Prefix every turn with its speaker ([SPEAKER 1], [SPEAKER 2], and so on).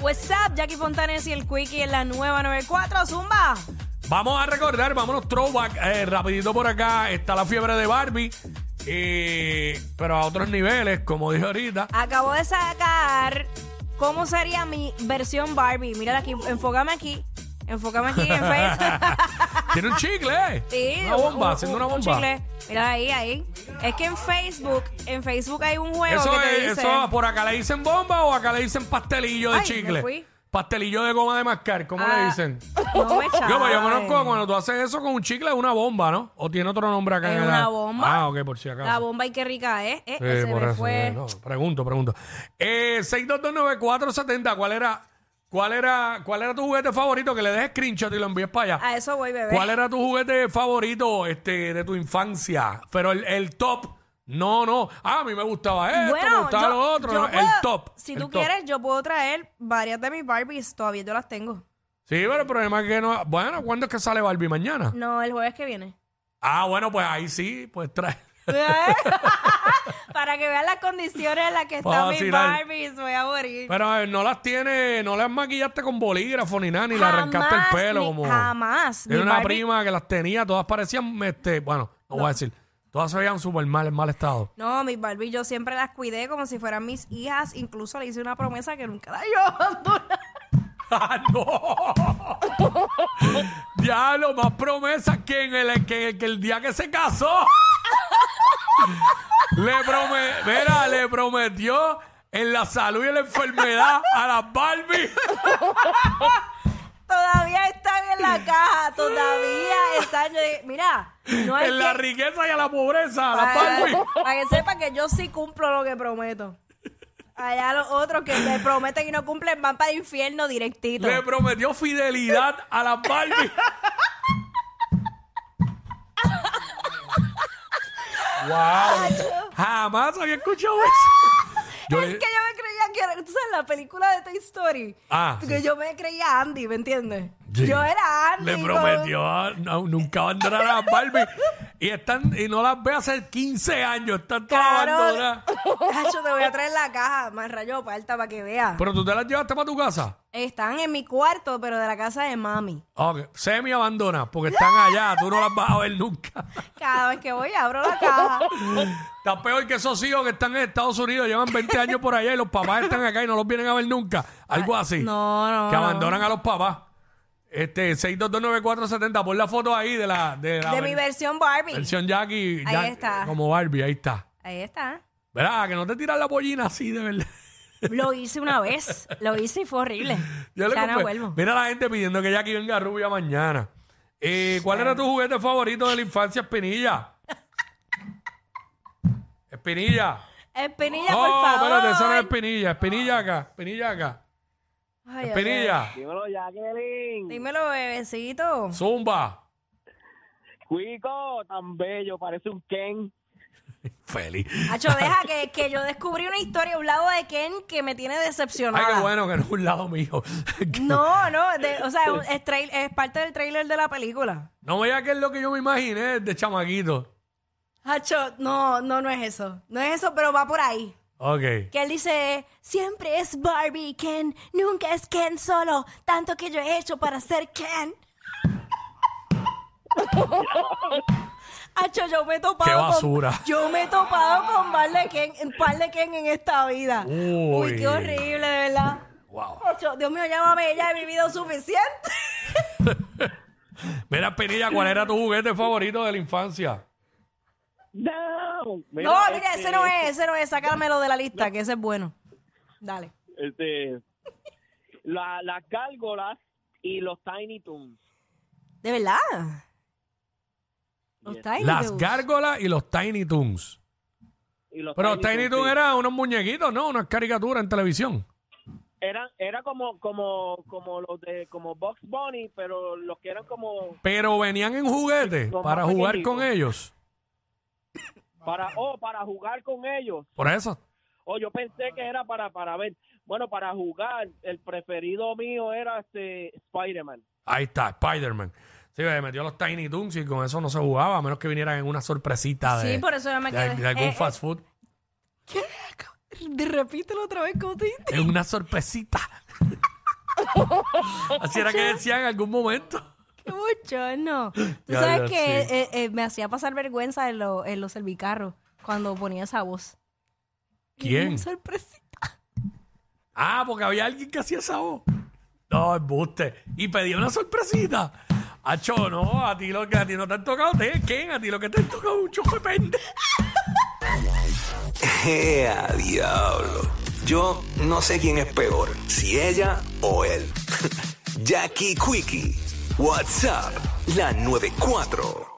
[SPEAKER 1] What's up, Jackie Fontanes y el Quickie en la nueva 94, Zumba.
[SPEAKER 2] Vamos a recordar, vámonos throwback, eh, rapidito por acá, está la fiebre de Barbie, eh, pero a otros niveles, como dije ahorita.
[SPEAKER 1] Acabo de sacar cómo sería mi versión Barbie. Mírala aquí, enfócame aquí. Enfócame aquí en Facebook.
[SPEAKER 2] Tiene un chicle, eh.
[SPEAKER 1] Sí,
[SPEAKER 2] una
[SPEAKER 1] un-
[SPEAKER 2] bomba,
[SPEAKER 1] un-
[SPEAKER 2] haciendo
[SPEAKER 1] un-
[SPEAKER 2] una
[SPEAKER 1] un
[SPEAKER 2] bomba.
[SPEAKER 1] chicle. Mírala ahí, ahí. Es que en Facebook, en Facebook hay un juego
[SPEAKER 2] Eso,
[SPEAKER 1] que te
[SPEAKER 2] es-
[SPEAKER 1] dice.
[SPEAKER 2] eso, por acá le dicen bomba o acá le dicen pastelillo de
[SPEAKER 1] Ay, me
[SPEAKER 2] chicle.
[SPEAKER 1] fui.
[SPEAKER 2] Pastelillo de goma de mascar, ¿cómo
[SPEAKER 1] Ah,
[SPEAKER 2] le dicen?
[SPEAKER 1] No me
[SPEAKER 2] Yo, pues, yo
[SPEAKER 1] chaves.
[SPEAKER 2] conozco cuando tú haces eso con un chicle, es una bomba, ¿no? O tiene otro nombre acá.
[SPEAKER 1] Es
[SPEAKER 2] en el-
[SPEAKER 1] una bomba.
[SPEAKER 2] Ah, ok, por si acaso.
[SPEAKER 1] La bomba y qué rica es. Eh,
[SPEAKER 2] Eh,
[SPEAKER 1] se
[SPEAKER 2] por
[SPEAKER 1] me
[SPEAKER 2] eso,
[SPEAKER 1] fue.
[SPEAKER 2] eh, no, pregunto, pregunto. Eh, 6229470, ¿cuál era, cuál, era, ¿cuál era tu juguete favorito? Que le des screenshot y lo envíes para allá.
[SPEAKER 1] A eso voy, bebé.
[SPEAKER 2] ¿Cuál era tu juguete favorito este, de tu infancia? Pero el, el top. No, no. Ah, a mí me gustaba esto, me gustaba
[SPEAKER 1] yo-
[SPEAKER 2] lo otro.
[SPEAKER 1] yo
[SPEAKER 2] no, el
[SPEAKER 1] puedo-
[SPEAKER 2] top.
[SPEAKER 1] Si
[SPEAKER 2] el
[SPEAKER 1] tú
[SPEAKER 2] top.
[SPEAKER 1] quieres, yo puedo traer varias de mis Barbies. Todavía yo las tengo.
[SPEAKER 2] Sí, pero el problema es que no. Bueno, ¿cuándo es que sale Barbie? ¿Mañana?
[SPEAKER 1] No, el jueves que viene.
[SPEAKER 2] Ah, bueno, pues ahí sí, pues trae.
[SPEAKER 1] Para que vean las condiciones en las que
[SPEAKER 2] Para
[SPEAKER 1] están mis
[SPEAKER 2] vacilar.
[SPEAKER 1] Barbies, voy a morir.
[SPEAKER 2] Pero eh, no las tiene, no las maquillaste con bolígrafo ni nada, ni le arrancaste el
[SPEAKER 1] Jamás,
[SPEAKER 2] pelo.
[SPEAKER 1] ni-
[SPEAKER 2] como...
[SPEAKER 1] Jamás.
[SPEAKER 2] Tiene
[SPEAKER 1] mi
[SPEAKER 2] una
[SPEAKER 1] Barbie-
[SPEAKER 2] prima que las tenía, todas parecían, este, bueno, no, voy a decir, todas se veían súper mal, en mal estado.
[SPEAKER 1] No, mis Barbies yo siempre las cuidé como si fueran mis hijas. Incluso le hice una promesa que nunca la iba a abandonar.
[SPEAKER 2] ¡Ah, no! Diablo, más promesas que en el que, que el día que se casó. le, prome- mira, le prometió en la salud y en la enfermedad a las Barbie.
[SPEAKER 1] Todavía están en la caja. Todavía están. yo dije, Mira, no hay
[SPEAKER 2] en la
[SPEAKER 1] que-
[SPEAKER 2] riqueza y a la pobreza, a las Barbie.
[SPEAKER 1] Para, para que sepa que yo sí cumplo lo que prometo. Allá los otros que me prometen y no cumplen van para el infierno directito.
[SPEAKER 2] Le prometió fidelidad a las Barbie. wow. Jamás había escuchado eso. Yo
[SPEAKER 1] es
[SPEAKER 2] le-
[SPEAKER 1] que yo me creía que era, tú sabes, la película de Toy Story.
[SPEAKER 2] Ah,
[SPEAKER 1] Que
[SPEAKER 2] sí.
[SPEAKER 1] yo me creía Andy, ¿me entiendes?
[SPEAKER 2] Sí.
[SPEAKER 1] Yo era Andy.
[SPEAKER 2] Le
[SPEAKER 1] con-
[SPEAKER 2] prometió a- no, nunca abandonar a las Barbie. Y, están, y no las ve hace 15 años. Están todas
[SPEAKER 1] Claro.
[SPEAKER 2] abandonadas.
[SPEAKER 1] Cacho, te voy a traer la caja, más rayo parta para que veas.
[SPEAKER 2] Pero tú te las llevaste para tu casa.
[SPEAKER 1] Están en mi cuarto, pero de la casa de mami.
[SPEAKER 2] Ok, Semi abandona porque están allá. Tú no las vas a ver nunca.
[SPEAKER 1] Cada vez que voy abro la caja.
[SPEAKER 2] Está peor que esos hijos que están en Estados Unidos, llevan 20 años por allá y los papás están acá y no los vienen a ver nunca. Algo así.
[SPEAKER 1] no, no,
[SPEAKER 2] Que
[SPEAKER 1] no.
[SPEAKER 2] abandonan a los papás. Este, 6229470, pon la foto ahí de la, de la
[SPEAKER 1] De mi versión Barbie.
[SPEAKER 2] versión Jackie.
[SPEAKER 1] Ahí
[SPEAKER 2] Jack-
[SPEAKER 1] está.
[SPEAKER 2] Como Barbie, ahí está.
[SPEAKER 1] Ahí está.
[SPEAKER 2] Verá, que no te tiras la pollina así, de verdad.
[SPEAKER 1] Lo hice una vez. Lo hice y fue horrible.
[SPEAKER 2] Yo le
[SPEAKER 1] ya no
[SPEAKER 2] compré-
[SPEAKER 1] vuelvo.
[SPEAKER 2] Mira la gente pidiendo que Jackie venga rubia mañana. Eh, ¿Cuál era tu juguete favorito de la infancia, Espinilla? Espinilla.
[SPEAKER 1] Espinilla,
[SPEAKER 2] No,
[SPEAKER 1] por favor. Ah.
[SPEAKER 2] espérate, esa no es Espinilla. Espinilla acá, Espinilla acá.
[SPEAKER 1] Ay, Dios mío.
[SPEAKER 2] Espinilla,
[SPEAKER 3] Dímelo, Jacqueline.
[SPEAKER 1] Dímelo, bebecito.
[SPEAKER 2] zumba.
[SPEAKER 3] Cuico, tan bello, parece un Ken.
[SPEAKER 2] Feliz.
[SPEAKER 1] Hacho, deja que, que yo descubrí una historia, un lado de Ken que me tiene
[SPEAKER 2] Ay,
[SPEAKER 1] decepcionada.
[SPEAKER 2] qué bueno que no es un lado mío.
[SPEAKER 1] No, no, de- o sea, es un- es, trail- es parte del trailer de la película.
[SPEAKER 2] No veía que es lo que yo me imaginé de chamaquito.
[SPEAKER 1] Hacho, no, no, no es eso. No es eso, pero va por ahí.
[SPEAKER 2] Ok.
[SPEAKER 1] Que él dice, siempre es Barbie Ken, nunca es Ken solo, tanto que yo he hecho para ser Ken. Hacho, yo me he topado
[SPEAKER 2] Qué
[SPEAKER 1] con-
[SPEAKER 2] basura.
[SPEAKER 1] yo me he topado con par de Ken, par de Ken en esta vida.
[SPEAKER 2] Uy.
[SPEAKER 1] qué horrible, de verdad.
[SPEAKER 2] Wow.
[SPEAKER 1] Hacho, Dios mío, llámame, ya he vivido suficiente.
[SPEAKER 2] Mira, Pinilla, ¿cuál era tu juguete favorito de la infancia?
[SPEAKER 3] No, mira, este,
[SPEAKER 1] No, mira, ese no es, ese no es. Sácamelo de la lista, que ese es bueno. Dale.
[SPEAKER 3] Este, la- las gárgolas y los Tiny Toons.
[SPEAKER 1] ¿De verdad? Los Tiny
[SPEAKER 2] Las
[SPEAKER 1] Toons.
[SPEAKER 2] gárgolas y los Tiny Toons.
[SPEAKER 3] Y los
[SPEAKER 2] Pero los Tiny Toons
[SPEAKER 3] sí.
[SPEAKER 2] eran unos muñequitos, ¿no? Unas caricaturas en televisión.
[SPEAKER 3] Eran- era como como como los de como Box Bunny, pero los que eran como
[SPEAKER 2] Pero venían en juguete
[SPEAKER 3] Los más
[SPEAKER 2] para jugar con
[SPEAKER 3] pequeñitos.
[SPEAKER 2] ellos.
[SPEAKER 3] para oh, para jugar con ellos.
[SPEAKER 2] Por eso.
[SPEAKER 3] Oh, yo pensé que era para para ver. Bueno, para jugar, el preferido mío era este Spider-Man.
[SPEAKER 2] Ahí está, Spider-Man. Sí, me metió los Tiny Toons y con eso no se jugaba, a menos que vinieran en una sorpresita de,
[SPEAKER 1] Sí, por eso yo me
[SPEAKER 2] de-
[SPEAKER 1] quedé.
[SPEAKER 2] de algún
[SPEAKER 1] Eh, eh.
[SPEAKER 2] fast food.
[SPEAKER 1] ¿Qué? De- Repítelo otra vez, ¿cómo te dijiste?
[SPEAKER 2] Es una sorpresita. Así era que decían en algún momento.
[SPEAKER 1] Qué mucho, no. Tú
[SPEAKER 2] Ya,
[SPEAKER 1] sabes
[SPEAKER 2] ya,
[SPEAKER 1] que
[SPEAKER 2] sí.
[SPEAKER 1] eh, eh, me hacía pasar vergüenza en, lo- en los servicarros cuando ponía esa voz.
[SPEAKER 2] ¿Quién?
[SPEAKER 1] Una sorpresita.
[SPEAKER 2] Ah, porque había alguien que hacía esa voz. No, embuste. Y pedía una sorpresita. Acho, no, a ti lo que a ti no te han tocado, ¿te quién? A ti lo que te han tocado es un choco de pende.
[SPEAKER 4] ¡Ea, diablo! Yo no sé quién es peor, si ella o él. Jackie Quickie, WhatsApp, la 94.